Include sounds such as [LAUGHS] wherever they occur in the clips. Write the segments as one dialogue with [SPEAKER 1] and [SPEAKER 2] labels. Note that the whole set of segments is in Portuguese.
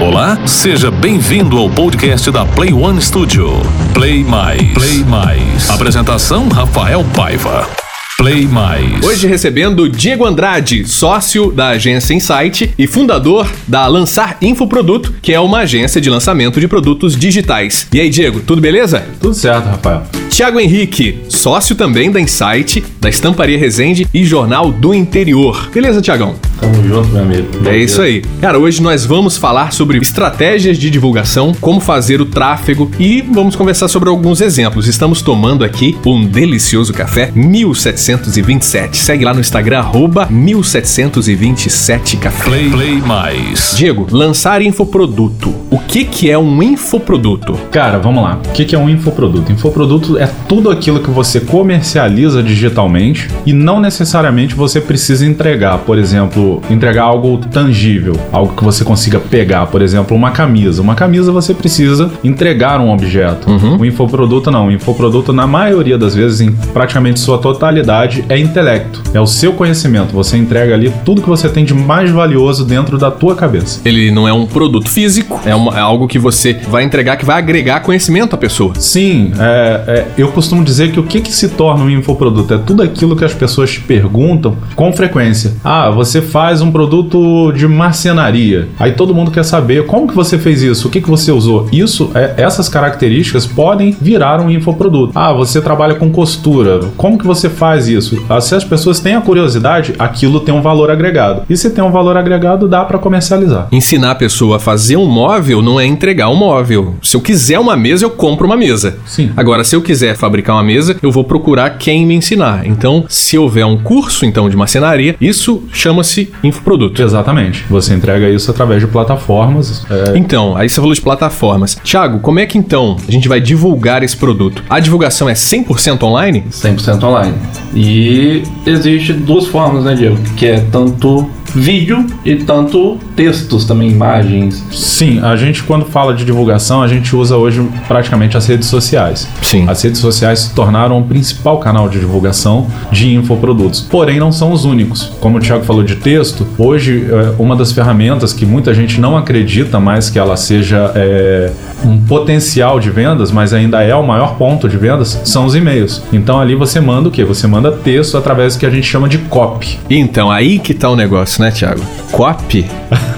[SPEAKER 1] Olá, seja bem-vindo ao podcast da Play One Studio. Play Mais. Play Mais. Apresentação Rafael Paiva. Play Mais.
[SPEAKER 2] Hoje recebendo Diego Andrade, sócio da agência Insight e fundador da Lançar Infoproduto, que é uma agência de lançamento de produtos digitais. E aí, Diego, tudo beleza?
[SPEAKER 3] Tudo certo, Rafael.
[SPEAKER 2] Tiago Henrique, sócio também da Insight, da Estamparia Resende e Jornal do Interior. Beleza, Tiagão?
[SPEAKER 3] Tamo junto, meu amigo.
[SPEAKER 2] É isso aí. Cara, hoje nós vamos falar sobre estratégias de divulgação, como fazer o tráfego e vamos conversar sobre alguns exemplos. Estamos tomando aqui um delicioso café 1727. Segue lá no Instagram, arroba 1727café.
[SPEAKER 1] Play, Play Mais.
[SPEAKER 2] Diego, lançar infoproduto. O que, que é um infoproduto?
[SPEAKER 3] Cara, vamos lá. O que que é um infoproduto? Infoproduto é tudo aquilo que você comercializa digitalmente e não necessariamente você precisa entregar. Por exemplo, entregar algo tangível, algo que você consiga pegar. Por exemplo, uma camisa. Uma camisa você precisa entregar um objeto. O infoproduto não. O infoproduto, na maioria das vezes, em praticamente sua totalidade, é intelecto. É o seu conhecimento. Você entrega ali tudo que você tem de mais valioso dentro da tua cabeça.
[SPEAKER 2] Ele não é um produto físico, é, uma- é algo que você vai entregar, que vai agregar conhecimento à pessoa.
[SPEAKER 3] Sim, é- é, eu costumo dizer que o que, que se torna um infoproduto é tudo aquilo que as pessoas te perguntam com frequência. Ah, você faz um produto de marcenaria. Aí todo mundo quer saber como que você fez isso, o que, que você usou. Isso, é- essas características podem virar um infoproduto. Ah, você trabalha com costura. Como que você faz isso? Ah, Se as pessoas têm a curiosidade, aquilo tem um valor agregado. E se tem um valor agregado, dá para comercializar.
[SPEAKER 2] Ensinar a pessoa a fazer um móvel não é entregar um móvel. Se eu quiser uma mesa, eu compro uma mesa.
[SPEAKER 3] Sim.
[SPEAKER 2] Agora, se eu quiser fabricar uma mesa, eu vou procurar quem me ensinar. Então, se houver um curso então de marcenaria, isso chama-se infoproduto.
[SPEAKER 3] Exatamente. Você entrega isso através de plataformas. é,
[SPEAKER 2] Então, aí você falou de plataformas. Tiago, como é que então a gente vai divulgar esse produto? A divulgação é 100% online?
[SPEAKER 4] 100% online. E existe duas formas, né, Diego? Que é tanto vídeo e tanto textos também, imagens.
[SPEAKER 3] Sim, a gente quando fala de divulgação, a gente usa hoje praticamente as redes sociais.
[SPEAKER 2] Sim.
[SPEAKER 3] As redes sociais se tornaram o principal canal de divulgação de infoprodutos. Porém, não são os únicos. Como o Thiago falou de texto, hoje é, uma das ferramentas que muita gente não acredita mais que ela seja é, um potencial de vendas, mas ainda é o maior ponto de vendas, são os e-mails. Então ali você manda o quê? Você manda texto através do que a gente chama de copy.
[SPEAKER 2] Então, aí que tá o negócio, né, Tiago? Copy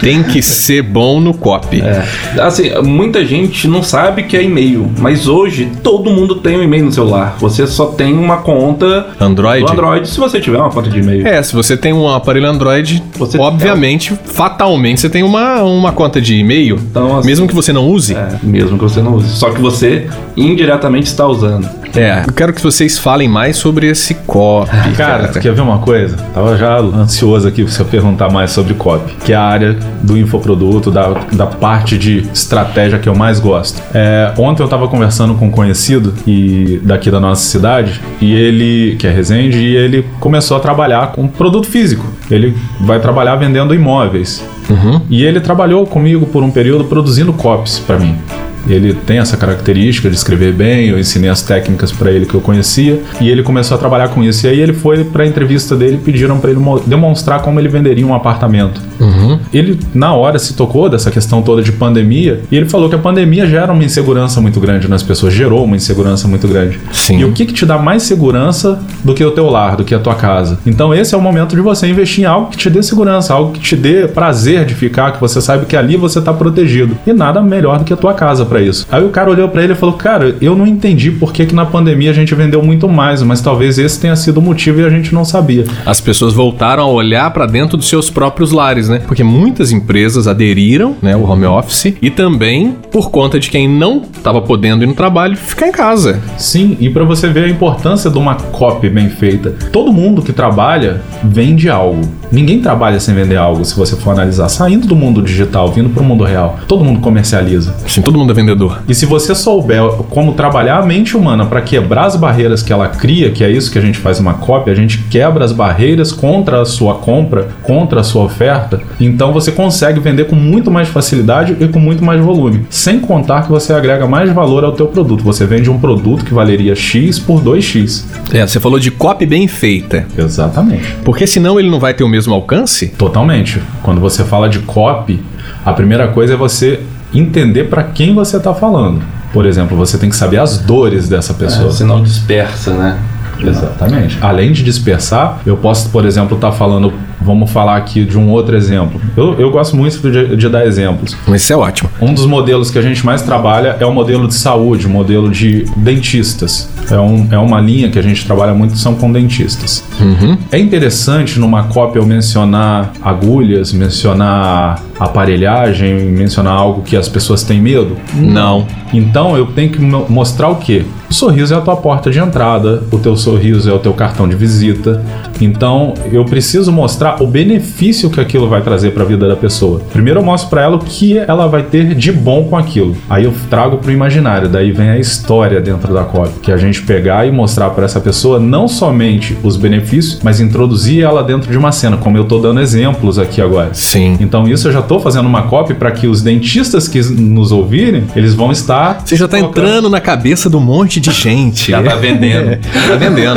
[SPEAKER 2] tem
[SPEAKER 4] [LAUGHS]
[SPEAKER 2] que ser bom no copy.
[SPEAKER 4] É. Assim, muita gente não sabe que é e-mail, mas hoje todo mundo tem um e-mail no celular. Você só tem uma conta
[SPEAKER 2] Android?
[SPEAKER 4] do Android se você tiver uma conta de e-mail.
[SPEAKER 2] É, se você tem um aparelho Android,
[SPEAKER 4] Você-
[SPEAKER 2] obviamente, fatalmente, você tem uma, uma conta de e-mail.
[SPEAKER 4] Então, assim-
[SPEAKER 2] mesmo que você não use. É.
[SPEAKER 4] É, mesmo que você não use. Só que você indiretamente está usando.
[SPEAKER 2] É, Eu quero que vocês falem mais sobre esse
[SPEAKER 4] [LAUGHS]
[SPEAKER 2] copy.
[SPEAKER 3] Cara, quer ver uma coisa? Tava já ansioso aqui pra você perguntar mais sobre copy, que é a área do infoproduto, da, da parte de estratégia que eu mais gosto. É, ontem eu tava conversando com um conhecido e daqui da nossa cidade, e ele, que é Resende, e ele começou a trabalhar com produto físico. Ele vai trabalhar vendendo imóveis. E ele trabalhou comigo por um período produzindo copies pra mim. Ele tem essa característica de escrever bem, eu ensinei as técnicas pra ele que eu conhecia e ele começou a trabalhar com isso. E aí ele foi pra entrevista dele, e pediram pra ele mo- demonstrar como ele venderia um apartamento. Ele na hora se tocou dessa questão toda de pandemia e ele falou que a pandemia gera uma insegurança muito grande nas pessoas, gerou uma insegurança muito grande.
[SPEAKER 2] Sim.
[SPEAKER 3] E o que, que te dá mais segurança do que o teu lar, do que a tua casa? Então esse é o momento de você investir em algo que te dê segurança, algo que te dê prazer de ficar, que você sabe que ali você tá protegido. E nada melhor do que a tua casa pra isso. Aí o cara olhou pra ele e falou: "Cara, eu não entendi por que, que na pandemia a gente vendeu muito mais, mas talvez esse tenha sido o motivo e a gente não sabia".
[SPEAKER 2] As pessoas voltaram a olhar para dentro dos seus próprios lares, né? Porque muitas empresas aderiram, né, o home office e também por conta de quem não estava podendo ir no trabalho, ficar em casa.
[SPEAKER 3] Sim, e pra você ver a importância de uma copy bem feita. Todo mundo que trabalha vende algo. Ninguém trabalha sem vender algo, se você for analisar. Saindo do mundo digital, vindo pro mundo real, todo mundo comercializa.
[SPEAKER 2] Assim, todo mundo é empreendedor.
[SPEAKER 3] E se você souber como trabalhar a mente humana para quebrar as barreiras que ela cria, que é isso que a gente faz uma cópia, a gente quebra as barreiras contra a sua compra, contra a sua oferta, então você consegue vender com muito mais facilidade e com muito mais volume. Sem contar que você agrega mais valor ao teu produto. Você vende um produto que valeria X por 2X.
[SPEAKER 2] É, você falou de copy bem feita.
[SPEAKER 3] Exatamente.
[SPEAKER 2] Porque senão ele não vai ter o mesmo alcance?
[SPEAKER 3] Totalmente. Quando você fala de copy, a primeira coisa é você entender para quem você está falando. Por exemplo, você tem que saber as dores dessa pessoa.
[SPEAKER 4] É, Senão dispersa, né?
[SPEAKER 3] Exatamente. Além de dispersar, eu posso, por exemplo, estar falando. Vamos falar aqui de um outro exemplo. Eu, eu gosto muito de, de dar exemplos.
[SPEAKER 2] Mas isso é ótimo.
[SPEAKER 3] Um dos modelos que a gente mais trabalha é o modelo de saúde, o modelo de dentistas. É, um, é uma linha que a gente trabalha muito, são com dentistas. É interessante numa cópia eu mencionar agulhas, mencionar aparelhagem, mencionar algo que as pessoas têm medo?
[SPEAKER 2] Não.
[SPEAKER 3] Então eu tenho que mo- mostrar o quê? O sorriso é a tua porta de entrada, o teu sorriso é o teu cartão de visita. Então eu preciso mostrar o benefício que aquilo vai trazer para a vida da pessoa. Primeiro eu mostro para ela o que ela vai ter de bom com aquilo. Aí eu trago pro imaginário, daí vem a história dentro da cópia, que a gente pegar e mostrar para essa pessoa não somente os benefícios, mas introduzir ela dentro de uma cena, como eu tô dando exemplos aqui agora.
[SPEAKER 2] Sim.
[SPEAKER 3] Então isso eu já tô fazendo uma copy para que os dentistas que nos ouvirem, eles vão estar
[SPEAKER 2] Você já tá entrando na cabeça de um monte de gente.
[SPEAKER 4] Já tá [LAUGHS] vendendo.
[SPEAKER 2] Tá vendendo.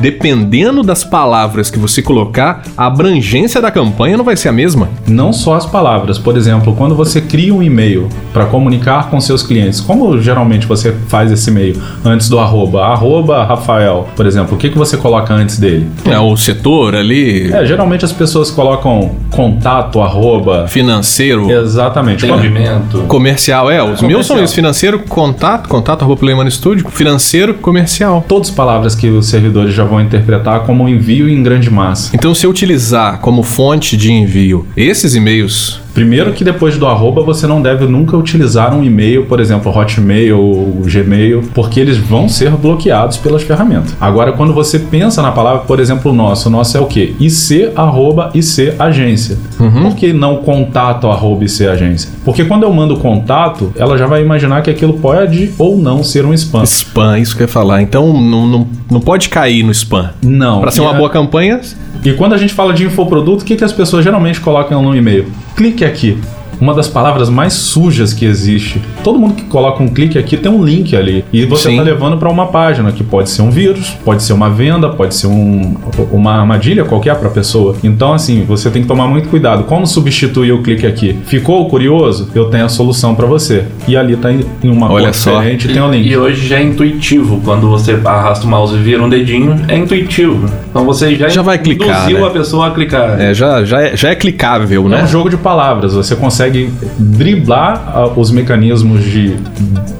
[SPEAKER 2] Dependendo das palavras que você colocar, a abrangência da campanha não vai ser a mesma.
[SPEAKER 3] não só as palavras. Por exemplo, quando você cria um e-mail para comunicar com seus clientes, como geralmente você faz esse e-mail antes do arroba, arroba Rafael, por exemplo, o que que você coloca antes dele?
[SPEAKER 2] É o setor ali
[SPEAKER 3] É, geralmente as pessoas colocam contato arroba.
[SPEAKER 2] financeiro.
[SPEAKER 3] Exatamente. Quando-
[SPEAKER 4] Atendimento.
[SPEAKER 2] Comercial, é. Os meus são
[SPEAKER 3] Comercial.
[SPEAKER 2] isso. Financeiro, contato, contato, arroba Play Money Studio, financeiro, comercial.
[SPEAKER 3] Todas as palavras que os servidores já vão interpretar como envio em grande massa.
[SPEAKER 2] Então, se eu utilizar como fonte de envio esses e-mails,
[SPEAKER 3] Primeiro que depois do arroba você não deve nunca utilizar um e-mail, por exemplo, Hotmail ou Gmail, porque eles vão ser bloqueados pelas ferramentas. Agora, quando você pensa na palavra, por exemplo, o nosso, o nosso é o quê? IC arroba IC agência.
[SPEAKER 2] Uhum.
[SPEAKER 3] Por que não contato arroba IC agência? Porque quando eu mando contato, ela já vai imaginar que aquilo pode ou não ser um spam.
[SPEAKER 2] spam, isso que eu ia falar. Então, não, não, não pode cair no spam.
[SPEAKER 3] Não.
[SPEAKER 2] Pra ser uma
[SPEAKER 3] E a-
[SPEAKER 2] boa campanha,
[SPEAKER 3] E quando a gente fala de infoproduto, o que, que as pessoas geralmente colocam no e-mail? Clique aqui. Uma das palavras mais sujas que existe. Todo mundo que coloca um clique aqui tem um link ali. E você
[SPEAKER 2] Sim.
[SPEAKER 3] está levando para uma página, que pode ser um vírus, pode ser uma venda, pode ser um- uma armadilha qualquer para a pessoa. Então, assim, você tem que tomar muito cuidado. Como substituir o clique aqui? Ficou curioso? Eu tenho a solução para você. E ali tá em em uma
[SPEAKER 2] Olha
[SPEAKER 3] cor
[SPEAKER 2] só.
[SPEAKER 3] diferente, tem um link.
[SPEAKER 4] E hoje já é intuitivo. Quando você arrasta o mouse e vira um dedinho, é intuitivo. Então você já,
[SPEAKER 2] Já vai clicar,
[SPEAKER 4] induziu
[SPEAKER 2] né?
[SPEAKER 4] a pessoa a clicar.
[SPEAKER 2] é, já, já, é, já é clicável,
[SPEAKER 3] É
[SPEAKER 2] né?
[SPEAKER 3] um jogo de palavras, você consegue driblar ah, os mecanismos de,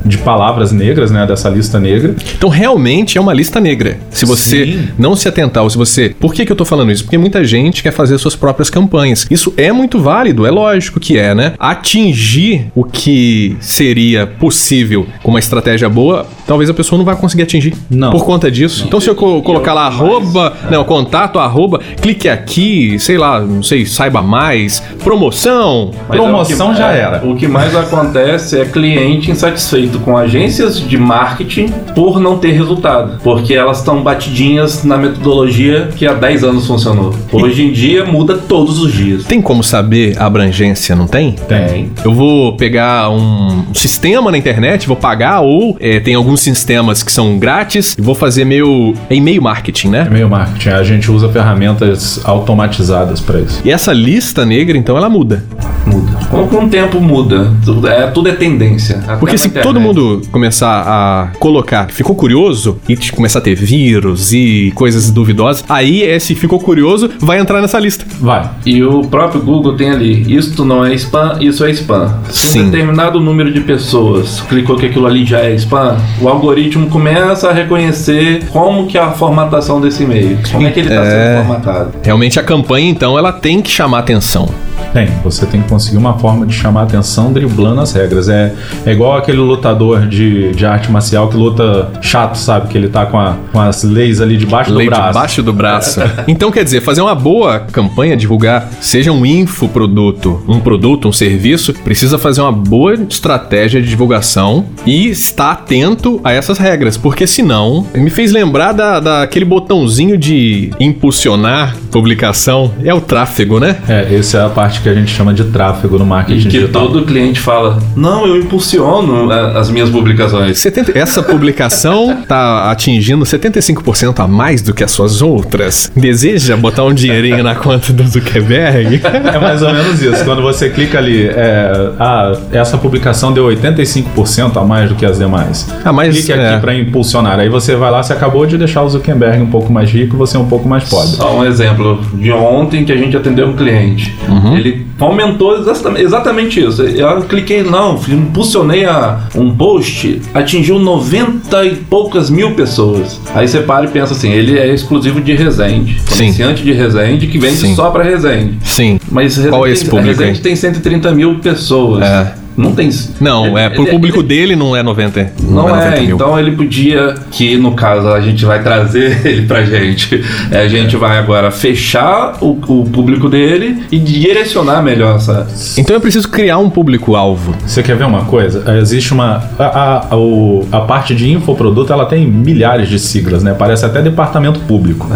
[SPEAKER 3] de palavras negras, né? Dessa lista negra.
[SPEAKER 2] Então realmente é uma lista negra. Se você
[SPEAKER 3] Sim.
[SPEAKER 2] não se atentar, ou se você. Por que, que eu tô falando isso? Porque muita gente quer fazer suas próprias campanhas. Isso é muito válido, é lógico que é, né? Atingir o que seria possível com uma estratégia boa, talvez a pessoa não vai conseguir atingir.
[SPEAKER 3] Não.
[SPEAKER 2] Por conta disso. Então, se eu co- colocar lá
[SPEAKER 4] mais.
[SPEAKER 2] arroba,
[SPEAKER 3] é.
[SPEAKER 2] não, contato, arroba, clique aqui, sei lá, não sei, saiba mais, promoção.
[SPEAKER 4] Mas
[SPEAKER 3] Promoção
[SPEAKER 4] é o que-
[SPEAKER 3] já
[SPEAKER 4] é,
[SPEAKER 3] era.
[SPEAKER 4] O que mais acontece é cliente insatisfeito com agências de marketing por não ter resultado. Porque elas estão batidinhas na metodologia que há 10 anos funcionou. Hoje em dia muda todos os dias.
[SPEAKER 2] Tem como saber a abrangência, não tem?
[SPEAKER 4] Tem.
[SPEAKER 2] Eu vou pegar um sistema na internet, vou pagar, ou é, tem alguns sistemas que são grátis, e vou fazer meu é e-mail marketing, né?
[SPEAKER 3] E-mail marketing, a gente usa ferramentas automatizadas para isso.
[SPEAKER 2] E essa lista negra, então, ela muda.
[SPEAKER 4] Muda. Com com o tempo muda. Tudo é, tudo é tendência. Até
[SPEAKER 2] Porque
[SPEAKER 4] na
[SPEAKER 2] se
[SPEAKER 4] internet.
[SPEAKER 2] todo mundo começar a colocar, ficou curioso, e te- começar a ter vírus e coisas duvidosas, aí esse ficou curioso vai entrar nessa lista.
[SPEAKER 3] Vai.
[SPEAKER 4] E o próprio Google tem ali, isto não é spam, isso é spam. Se
[SPEAKER 2] Sim.
[SPEAKER 4] um determinado número de pessoas clicou que aquilo ali já é spam, o algoritmo começa a reconhecer como que é a formatação desse e-mail, como é que ele está sendo tá formatado.
[SPEAKER 2] Realmente a campanha, então, ela tem que chamar atenção.
[SPEAKER 3] Tem. Você tem que conseguir uma forma de chamar a atenção driblando as regras. É, é igual aquele lutador de, de arte marcial que luta chato, sabe? Que ele tá com, a- com as leis ali debaixo
[SPEAKER 2] Lei
[SPEAKER 3] do braço.
[SPEAKER 2] debaixo do braço. [LAUGHS] então, quer dizer, fazer uma boa campanha, divulgar, seja um infoproduto, um produto, um serviço, precisa fazer uma boa estratégia de divulgação e estar atento a essas regras, porque senão... Me fez lembrar da, daquele botãozinho de impulsionar publicação, é o tráfego, né?
[SPEAKER 3] É, essa é a parte que a gente chama de tráfego no
[SPEAKER 4] E
[SPEAKER 3] marketing
[SPEAKER 4] que
[SPEAKER 3] digital.
[SPEAKER 4] todo cliente fala: Não, eu impulsiono a- as minhas publicações.
[SPEAKER 2] 70 essa publicação [LAUGHS] tá atingindo 75% a mais do que as suas outras. Deseja botar um dinheirinho na conta do [LAUGHS] Zuckerberg?
[SPEAKER 3] É mais ou menos isso. Quando você clica ali, é, ah, essa publicação deu 85% a mais do que as demais.
[SPEAKER 2] Ah, mas,
[SPEAKER 3] Clique
[SPEAKER 2] é.
[SPEAKER 3] aqui pra impulsionar. Aí você vai lá, você acabou de deixar o Zuckerberg um pouco mais rico, você um pouco mais pobre.
[SPEAKER 4] Só um exemplo de ontem que a gente atendeu um cliente.
[SPEAKER 2] Uhum.
[SPEAKER 4] Ele aumentou exata- exatamente isso. Eu cliquei, não, impulsionei a, um post, atingiu 90 e poucas mil pessoas. Aí você para e pensa assim: ele é exclusivo de Resende,
[SPEAKER 2] Sim.
[SPEAKER 4] comerciante de Resende que vende
[SPEAKER 2] Sim.
[SPEAKER 4] só pra Resende.
[SPEAKER 2] Sim.
[SPEAKER 4] Mas Resende,
[SPEAKER 2] Qual é esse público,
[SPEAKER 4] Resende
[SPEAKER 2] hein?
[SPEAKER 4] tem 130 mil pessoas.
[SPEAKER 2] É.
[SPEAKER 4] Não tem.
[SPEAKER 2] Não, é pro
[SPEAKER 4] ele-
[SPEAKER 2] público dele não é 90.
[SPEAKER 4] Não, é,
[SPEAKER 2] mil.
[SPEAKER 4] então ele podia, que no caso a gente vai trazer [LAUGHS] ele pra gente. É, a gente vai agora fechar o, o público dele e direcionar melhor essa.
[SPEAKER 2] Então eu preciso criar um público-alvo.
[SPEAKER 3] Você quer ver uma coisa? Ah, Existe uma. A, a, o- a parte de infoproduto ela tem milhares de siglas, né? Parece até departamento público.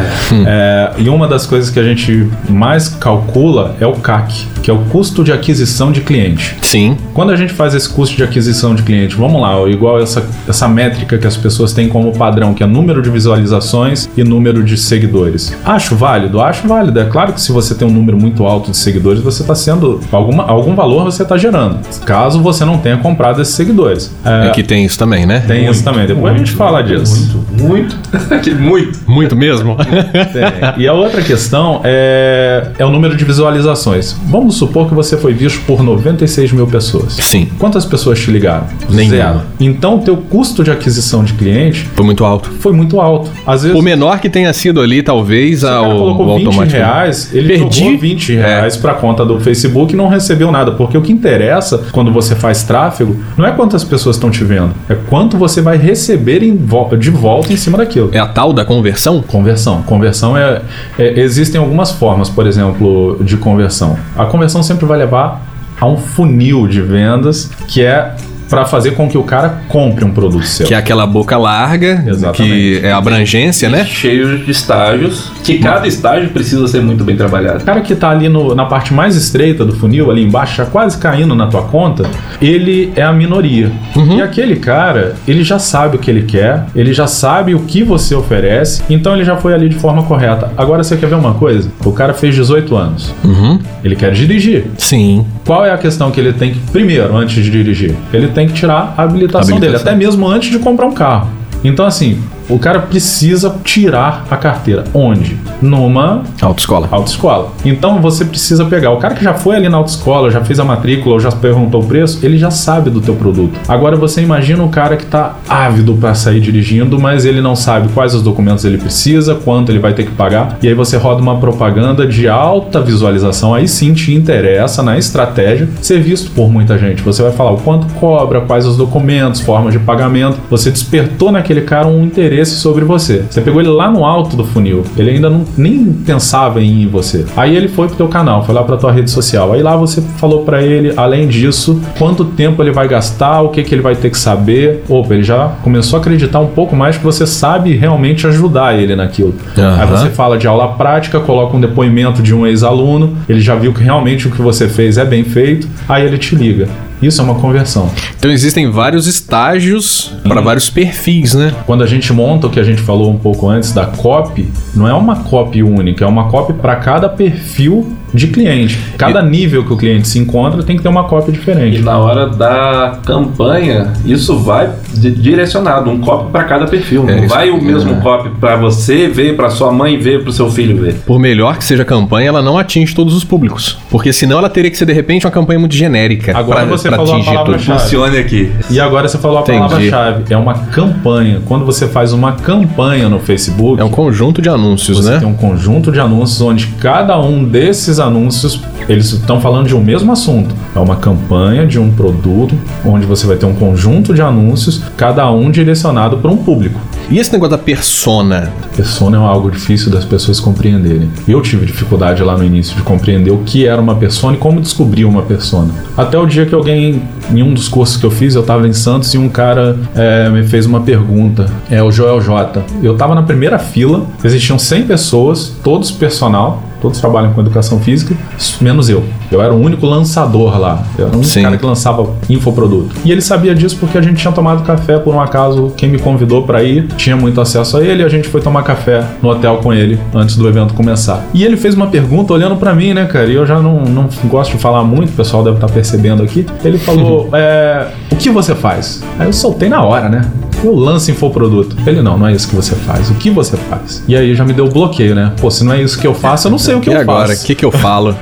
[SPEAKER 3] É, e uma das coisas que a gente mais calcula é o CAC, que é o custo de aquisição de cliente.
[SPEAKER 2] Sim.
[SPEAKER 3] Quando a gente faz esse custo de aquisição de cliente, vamos lá, igual essa, essa métrica que as pessoas têm como padrão, que é número de visualizações e número de seguidores. Acho válido, acho válido. É claro que se você tem um número muito alto de seguidores, você está sendo. Alguma, algum valor você está gerando. Caso você não tenha comprado esses seguidores. É,
[SPEAKER 2] É. que tem isso também, né?
[SPEAKER 3] tem isso também, depois a gente fala disso.
[SPEAKER 4] Muito. [LAUGHS] Aquele muito.
[SPEAKER 2] Muito mesmo?
[SPEAKER 3] É, E a outra questão é, é o número de visualizações. Vamos supor que você foi visto por 96 mil pessoas.
[SPEAKER 2] Sim.
[SPEAKER 3] Quantas pessoas te ligaram?
[SPEAKER 2] Nenhuma.
[SPEAKER 3] Zero. Então, o teu custo de aquisição de cliente
[SPEAKER 2] Foi muito alto.
[SPEAKER 3] foi muito alto. Às vezes,
[SPEAKER 2] O menor que tenha sido ali, talvez,
[SPEAKER 3] o
[SPEAKER 2] ao,
[SPEAKER 3] cara
[SPEAKER 2] o
[SPEAKER 3] colocou 20
[SPEAKER 2] automático.
[SPEAKER 3] reais, ele
[SPEAKER 2] Perdi. É.
[SPEAKER 3] jogou 20 reais pra conta do Facebook e não recebeu nada. Porque o que interessa quando você faz tráfego não é quantas pessoas estão te vendo, é quanto você vai receber em vol- de volta em cima daquilo.
[SPEAKER 2] É a tal da conversão?
[SPEAKER 3] Conversão. Conversão é, é- Existem algumas formas, por exemplo, de conversão. A conversão sempre vai levar a um funil de vendas que é para fazer com que o cara compre um produto seu.
[SPEAKER 2] Que é aquela boca larga,
[SPEAKER 3] Exatamente.
[SPEAKER 2] que é a abrangência, né?
[SPEAKER 4] Cheio de estágios. Que cada estágio precisa ser muito bem
[SPEAKER 3] O
[SPEAKER 4] trabalhado.
[SPEAKER 3] cara que tá ali no- na parte mais estreita do funil, ali embaixo, já quase caindo na tua conta, ele é a minoria.
[SPEAKER 2] Uhum.
[SPEAKER 3] E aquele cara, ele já sabe o que ele quer, ele já sabe o que você oferece, então ele já foi ali de forma correta. Agora você quer ver uma coisa? O cara fez 18 anos.
[SPEAKER 2] Uhum.
[SPEAKER 3] Ele quer dirigir.
[SPEAKER 2] Sim.
[SPEAKER 3] Qual é a questão que ele tem que, primeiro, antes de dirigir? Ele tem que tirar a habilitação,
[SPEAKER 2] Habilitação.
[SPEAKER 3] dele, até mesmo antes de comprar um carro. Então, assim, o cara precisa tirar a carteira. Onde? Numa
[SPEAKER 2] Autoescola.
[SPEAKER 3] autoescola. Então você precisa pegar o cara que já foi ali na autoescola, já fez a matrícula ou já perguntou o preço, ele já sabe do teu produto. Agora você imagina o cara que tá ávido para sair dirigindo, mas ele não sabe quais os documentos ele precisa, quanto ele vai ter que pagar, e aí você roda uma propaganda de alta visualização, aí sim te interessa na estratégia ser visto por muita gente. Você vai falar o quanto cobra, quais os documentos, formas de pagamento. Você despertou naquele cara um interesse sobre você. Você pegou ele lá no alto do funil. Ele ainda não, nem pensava em ir em você. Aí ele foi pro teu canal, foi lá pra tua rede social. Aí lá você falou pra ele, além disso, quanto tempo ele vai gastar, o que que ele vai ter que saber. Opa, ele já começou a acreditar um pouco mais que você sabe realmente ajudar ele naquilo.
[SPEAKER 2] Aham.
[SPEAKER 3] Aí você fala de aula prática, coloca um depoimento de um ex-aluno, ele já viu que realmente o que você fez é bem feito, aí ele te liga. Isso é uma conversão.
[SPEAKER 2] Então existem vários estágios para vários perfis, né?
[SPEAKER 3] Quando a gente monta o que a gente falou um pouco antes da copy, não é uma copy única, é uma copy para cada perfil de cliente. Cada nível que o cliente se encontra tem que ter uma copy
[SPEAKER 4] E
[SPEAKER 3] diferente.
[SPEAKER 4] na hora da campanha, isso vai di- direcionado, um copo pra cada perfil.
[SPEAKER 2] É,
[SPEAKER 4] não
[SPEAKER 2] isso
[SPEAKER 4] vai o
[SPEAKER 2] aqui,
[SPEAKER 4] mesmo
[SPEAKER 2] né?
[SPEAKER 4] copo pra você ver, pra sua mãe ver, pro seu filho ver.
[SPEAKER 2] Por melhor que seja a campanha, ela não atinge todos os públicos. Porque senão ela teria que ser, de repente, uma campanha muito genérica.
[SPEAKER 3] Agora
[SPEAKER 2] pra-
[SPEAKER 3] você
[SPEAKER 2] pra
[SPEAKER 3] falou a
[SPEAKER 2] atingir
[SPEAKER 3] palavra
[SPEAKER 2] todos.
[SPEAKER 3] Cara.
[SPEAKER 4] Funcione aqui.
[SPEAKER 3] E agora você falou a
[SPEAKER 2] Entendi.
[SPEAKER 3] palavra-chave, é uma campanha. Quando você faz uma campanha no Facebook,
[SPEAKER 2] É um É conjunto de anúncios,
[SPEAKER 3] você
[SPEAKER 2] né?
[SPEAKER 3] tem um conjunto de anúncios onde cada um desses esses anúncios, eles estão falando de um mesmo assunto. É uma campanha de um produto onde você vai ter um conjunto de anúncios, cada um direcionado para um público.
[SPEAKER 2] E esse negócio da persona?
[SPEAKER 3] Persona é algo difícil das pessoas compreenderem. Eu tive dificuldade lá no início de compreender o que era uma persona e como descobrir uma persona. Até o dia que alguém, em um dos cursos que eu fiz, eu estava em Santos e um cara é, me fez uma pergunta. É o Joel J. Eu estava na primeira fila, existiam 100 pessoas, todos personal, todos trabalham com educação física, menos eu. Eu era o único lançador lá. Eu era o único
[SPEAKER 2] Sim.
[SPEAKER 3] cara que lançava infoproduto. E ele sabia disso porque a gente tinha tomado café por um acaso, quem me convidou pra ir tinha muito acesso a ele, a gente foi tomar café no hotel com ele antes do evento começar. E ele fez uma pergunta olhando pra mim, né, cara? E eu já não, não gosto de falar muito, o pessoal deve estar percebendo aqui.
[SPEAKER 2] [LAUGHS]
[SPEAKER 3] Ele falou: é, "O que você faz?" Aí eu soltei na hora, né? Eu lanço infoproduto. Ele, não, não é isso que você faz. O que você faz? E aí já me deu bloqueio, né? Pô, se não é isso que eu faço, eu não sei o que
[SPEAKER 2] e
[SPEAKER 3] eu
[SPEAKER 2] agora? O
[SPEAKER 3] faço.
[SPEAKER 2] que, que eu [LAUGHS] falo?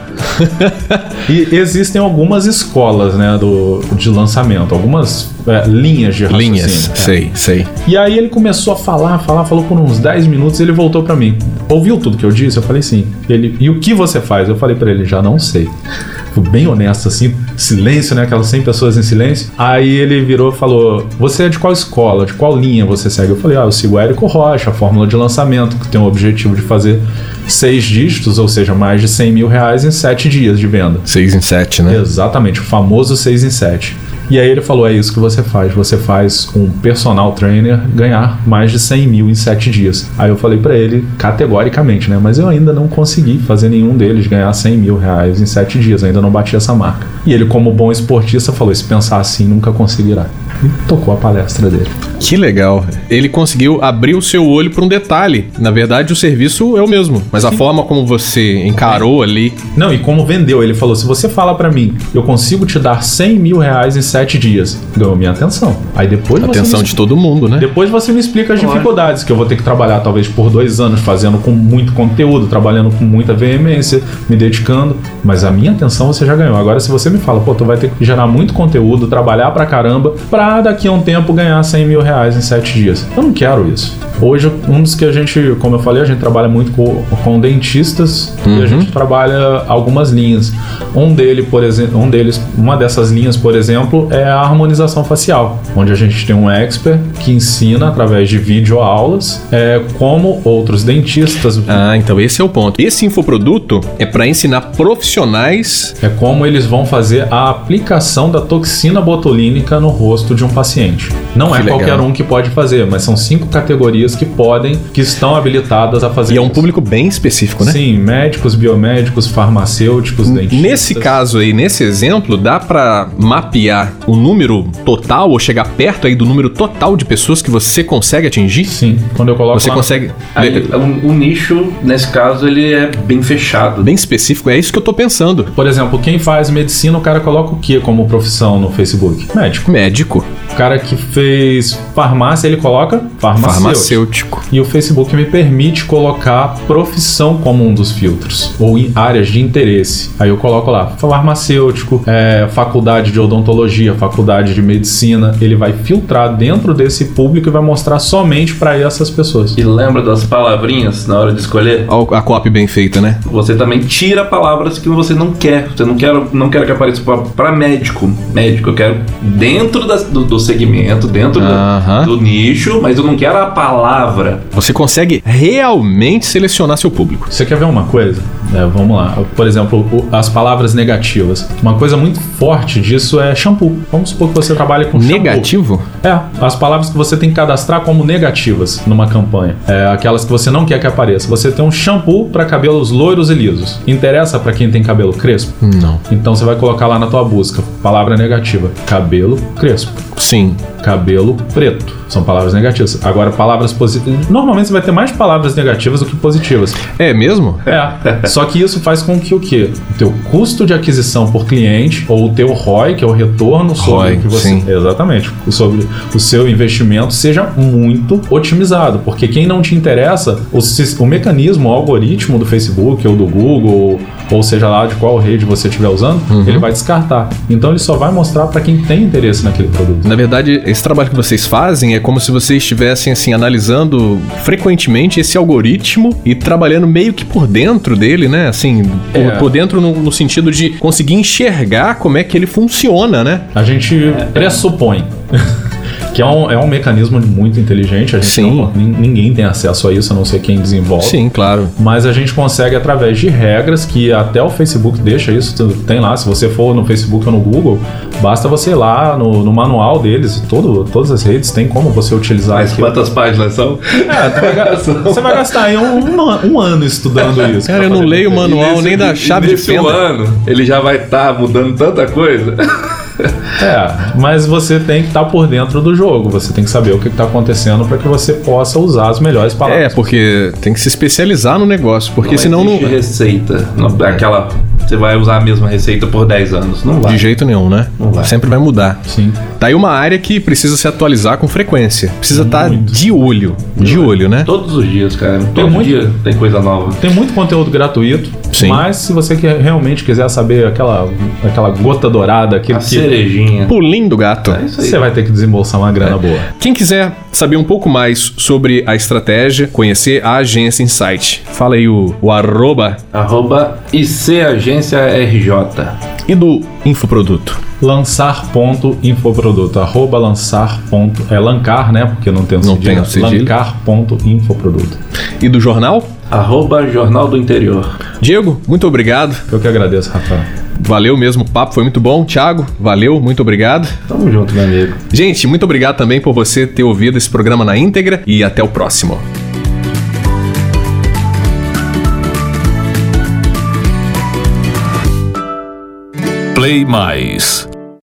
[SPEAKER 3] E existem algumas escolas, né, do, de lançamento, algumas é, linhas de raciocínio.
[SPEAKER 2] Linhas.
[SPEAKER 3] É.
[SPEAKER 2] Sei, sei.
[SPEAKER 3] E aí ele começou a falar, falar, falou por uns 10 minutos e ele voltou pra mim. Ouviu tudo que eu disse? Eu falei sim. Ele, e o que você faz? Eu falei pra ele, já não sei. Fui bem honesto assim, silêncio, né? Aquelas 100 pessoas em silêncio. Aí ele virou e falou: Você é de qual escola, de qual linha você segue? Eu falei: Ah, eu sigo Érico Rocha, a fórmula de lançamento, que tem o objetivo de fazer seis dígitos, ou seja, mais de 100 mil reais em sete dias de venda.
[SPEAKER 2] Seis em sete, né?
[SPEAKER 3] Exatamente, o famoso 6 em 7. E aí ele falou, é isso que você faz, você faz um personal trainer ganhar mais de 100 mil em 7 dias. Aí eu falei pra ele, categoricamente, né, mas eu ainda não consegui fazer nenhum deles ganhar 100 mil reais em 7 dias, ainda não bati essa marca. E ele, como bom esportista, falou, se pensar assim, nunca conseguirá. E tocou a palestra dele.
[SPEAKER 2] Que legal. Ele conseguiu abrir o seu olho para um detalhe. Na verdade, o serviço é o mesmo, mas a forma como você encarou ali.
[SPEAKER 3] Não, e como vendeu? Ele falou: se você fala pra mim, eu consigo te dar 100 mil reais em 7 dias, ganhou minha atenção. Aí depois você
[SPEAKER 2] Atenção
[SPEAKER 3] me
[SPEAKER 2] de todo mundo, né?
[SPEAKER 3] Depois você me explica as
[SPEAKER 4] Claro.
[SPEAKER 3] dificuldades que eu vou ter que trabalhar, talvez por dois anos, fazendo com muito conteúdo, trabalhando com muita veemência, me dedicando. Mas a minha atenção você já ganhou. Agora, se você me fala, pô, tu vai ter que gerar muito conteúdo, trabalhar pra caramba, pra daqui a um tempo ganhar 100 mil reais em sete dias. Eu não quero isso. Hoje, um dos que a gente, como eu falei, a gente trabalha muito com, com dentistas e
[SPEAKER 2] Uhum.
[SPEAKER 3] a gente trabalha algumas linhas. Um dele, por exemplo, um deles, uma dessas linhas, por exemplo, é a harmonização facial, onde a gente tem um expert que ensina através de videoaulas é, como outros dentistas
[SPEAKER 2] Ah, então esse é o ponto. Esse infoproduto é para ensinar profissionais
[SPEAKER 3] é como eles vão fazer a aplicação da toxina botulínica no rosto de um paciente. Não é
[SPEAKER 2] Que legal.
[SPEAKER 3] qualquer um que pode fazer, mas são cinco categorias que podem, que estão habilitadas a fazer.
[SPEAKER 2] e é um
[SPEAKER 3] isso.
[SPEAKER 2] público bem específico, né?
[SPEAKER 3] Sim, médicos, biomédicos, farmacêuticos, dentistas.
[SPEAKER 2] Nesse caso aí, nesse exemplo, dá pra mapear o número total ou chegar perto aí do número total de pessoas que você consegue atingir?
[SPEAKER 3] Sim, quando eu coloco
[SPEAKER 2] Você
[SPEAKER 3] lá-
[SPEAKER 2] consegue.
[SPEAKER 4] Aí, um,
[SPEAKER 2] Be-
[SPEAKER 4] o, o nicho, nesse caso, ele é bem fechado.
[SPEAKER 2] Bem específico, é isso que eu tô pensando.
[SPEAKER 3] Por exemplo, quem faz medicina, o cara coloca o que como profissão no Facebook? Médico.
[SPEAKER 2] Médico,
[SPEAKER 3] O cara que fez farmácia, ele coloca farmacêutico.
[SPEAKER 2] farmacêutico.
[SPEAKER 3] E o Facebook me permite colocar profissão como um dos filtros, ou em áreas de interesse. Aí eu coloco lá farmacêutico, é, faculdade de odontologia, faculdade de medicina. Ele vai filtrar dentro desse público e vai mostrar somente para essas pessoas.
[SPEAKER 4] E lembra das palavrinhas na hora de escolher?
[SPEAKER 2] Ó, A copy bem feita, né?
[SPEAKER 4] Você também tira palavras que você não quer. Você não quer, não quer que apareça pra- pra médico. Médico, eu quero dentro das- do, do segmento, dentro do-
[SPEAKER 2] Aham.
[SPEAKER 4] do, nicho, mas eu não quero a palavra.
[SPEAKER 2] Você consegue realmente selecionar seu público.
[SPEAKER 3] Você quer ver uma coisa? É, vamos lá. Por exemplo, o- as palavras negativas. Uma coisa muito forte disso é shampoo. Vamos supor que você trabalha com shampoo.
[SPEAKER 2] Negativo?
[SPEAKER 3] É, as palavras que você tem que cadastrar como negativas numa campanha. É, aquelas que você não quer que apareça. Você tem um shampoo para cabelos loiros e lisos. Interessa para quem tem cabelo crespo?
[SPEAKER 2] Não.
[SPEAKER 3] Então você vai colocar lá na tua busca, palavra negativa, cabelo crespo
[SPEAKER 2] Sim.
[SPEAKER 3] cabelo preto. São palavras negativas. Agora, palavras positivas. Normalmente você vai ter mais palavras negativas do que positivas.
[SPEAKER 2] É mesmo?
[SPEAKER 3] É. Só que isso faz com que o quê? O teu custo de aquisição por cliente, ou o teu ROI, que é o retorno sobre
[SPEAKER 2] ROI,
[SPEAKER 3] o que você.
[SPEAKER 2] sim.
[SPEAKER 3] Exatamente. Sobre o seu investimento seja muito otimizado. Porque quem não te interessa, o, sis- o mecanismo, o algoritmo do Facebook ou do Google, ou, ou seja lá de qual rede você estiver usando,
[SPEAKER 2] Uhum.
[SPEAKER 3] ele vai descartar. Então ele só vai mostrar para quem tem interesse naquele produto.
[SPEAKER 2] Na verdade, esse trabalho que vocês fazem é como se vocês estivessem assim analisando frequentemente esse algoritmo e trabalhando meio que por dentro dele, ele, né? Assim, por,
[SPEAKER 3] É.
[SPEAKER 2] por dentro no, no sentido de conseguir enxergar como é que ele funciona, né?
[SPEAKER 3] A gente pressupõe. [LAUGHS] Que é um, é um mecanismo muito inteligente, a gente
[SPEAKER 2] Sim.
[SPEAKER 3] não- nin- ninguém tem acesso a isso, a não ser quem desenvolve.
[SPEAKER 2] Sim, claro.
[SPEAKER 3] Mas a gente consegue através de regras que até o Facebook deixa isso, tu- tem lá. Se você for no Facebook ou no Google, basta você ir lá no, no manual deles, todo, todas as redes tem como você utilizar
[SPEAKER 2] [LAUGHS]
[SPEAKER 4] Mas
[SPEAKER 3] aquilo.
[SPEAKER 4] quantas páginas são?
[SPEAKER 3] É, tu vai ga- você vai gastar aí um, um an- um ano estudando isso.
[SPEAKER 2] Cara,
[SPEAKER 3] pra
[SPEAKER 2] eu não
[SPEAKER 3] poder
[SPEAKER 2] leio o
[SPEAKER 3] entender.
[SPEAKER 2] manual
[SPEAKER 4] E nesse-
[SPEAKER 2] nem da
[SPEAKER 4] e
[SPEAKER 2] chave de
[SPEAKER 4] nesse
[SPEAKER 2] fenda.
[SPEAKER 4] ano, ele já vai estar mudando tanta coisa.
[SPEAKER 3] É, mas você tem que estar por dentro do jogo, você tem que saber o que está acontecendo para que você possa usar as melhores
[SPEAKER 2] É,
[SPEAKER 3] palavras.
[SPEAKER 2] porque tem que se especializar no negócio, porque senão não. É.
[SPEAKER 4] existe receita. Não, aquela. Você vai usar a mesma receita por 10 anos. Não vai.
[SPEAKER 2] De jeito nenhum, né?
[SPEAKER 4] Não vai.
[SPEAKER 2] Sempre vai mudar.
[SPEAKER 3] Sim.
[SPEAKER 2] Tá aí uma área que precisa se atualizar com frequência. Precisa estar de olho. De olho, né?
[SPEAKER 4] Todos os dias, cara. Todo
[SPEAKER 3] muito-
[SPEAKER 4] dia tem coisa nova.
[SPEAKER 3] Tem muito conteúdo gratuito,
[SPEAKER 2] Sim.
[SPEAKER 3] mas se você quer- realmente quiser saber aquela, aquela gota dourada, aquilo
[SPEAKER 4] A
[SPEAKER 3] que
[SPEAKER 4] cerejinha.
[SPEAKER 2] Pulinho do gato.
[SPEAKER 4] É isso aí.
[SPEAKER 3] você vai ter que desembolsar uma
[SPEAKER 2] É.
[SPEAKER 3] grana boa.
[SPEAKER 2] Quem quiser saber um pouco mais sobre a estratégia, conhecer a agência Insight, fala aí o, o arroba
[SPEAKER 4] Arroba IC Agência RJ.
[SPEAKER 2] e do infoproduto.
[SPEAKER 3] Lançar.infoproduto, arroba lançar. ponto- é lancar, né? Porque não tem o
[SPEAKER 2] Não
[SPEAKER 3] cedilha.
[SPEAKER 2] tem o cedilha.
[SPEAKER 3] Lancar.infoproduto.
[SPEAKER 2] E do jornal?
[SPEAKER 4] Arroba Jornal do Interior.
[SPEAKER 2] Diego, muito obrigado.
[SPEAKER 3] Eu que agradeço, Rafael.
[SPEAKER 2] Valeu mesmo, o papo foi muito bom. Thiago, valeu, muito obrigado.
[SPEAKER 4] Tamo junto, meu amigo.
[SPEAKER 2] Gente, muito obrigado também por você ter ouvido esse programa na íntegra e até o próximo.
[SPEAKER 1] Play Mais.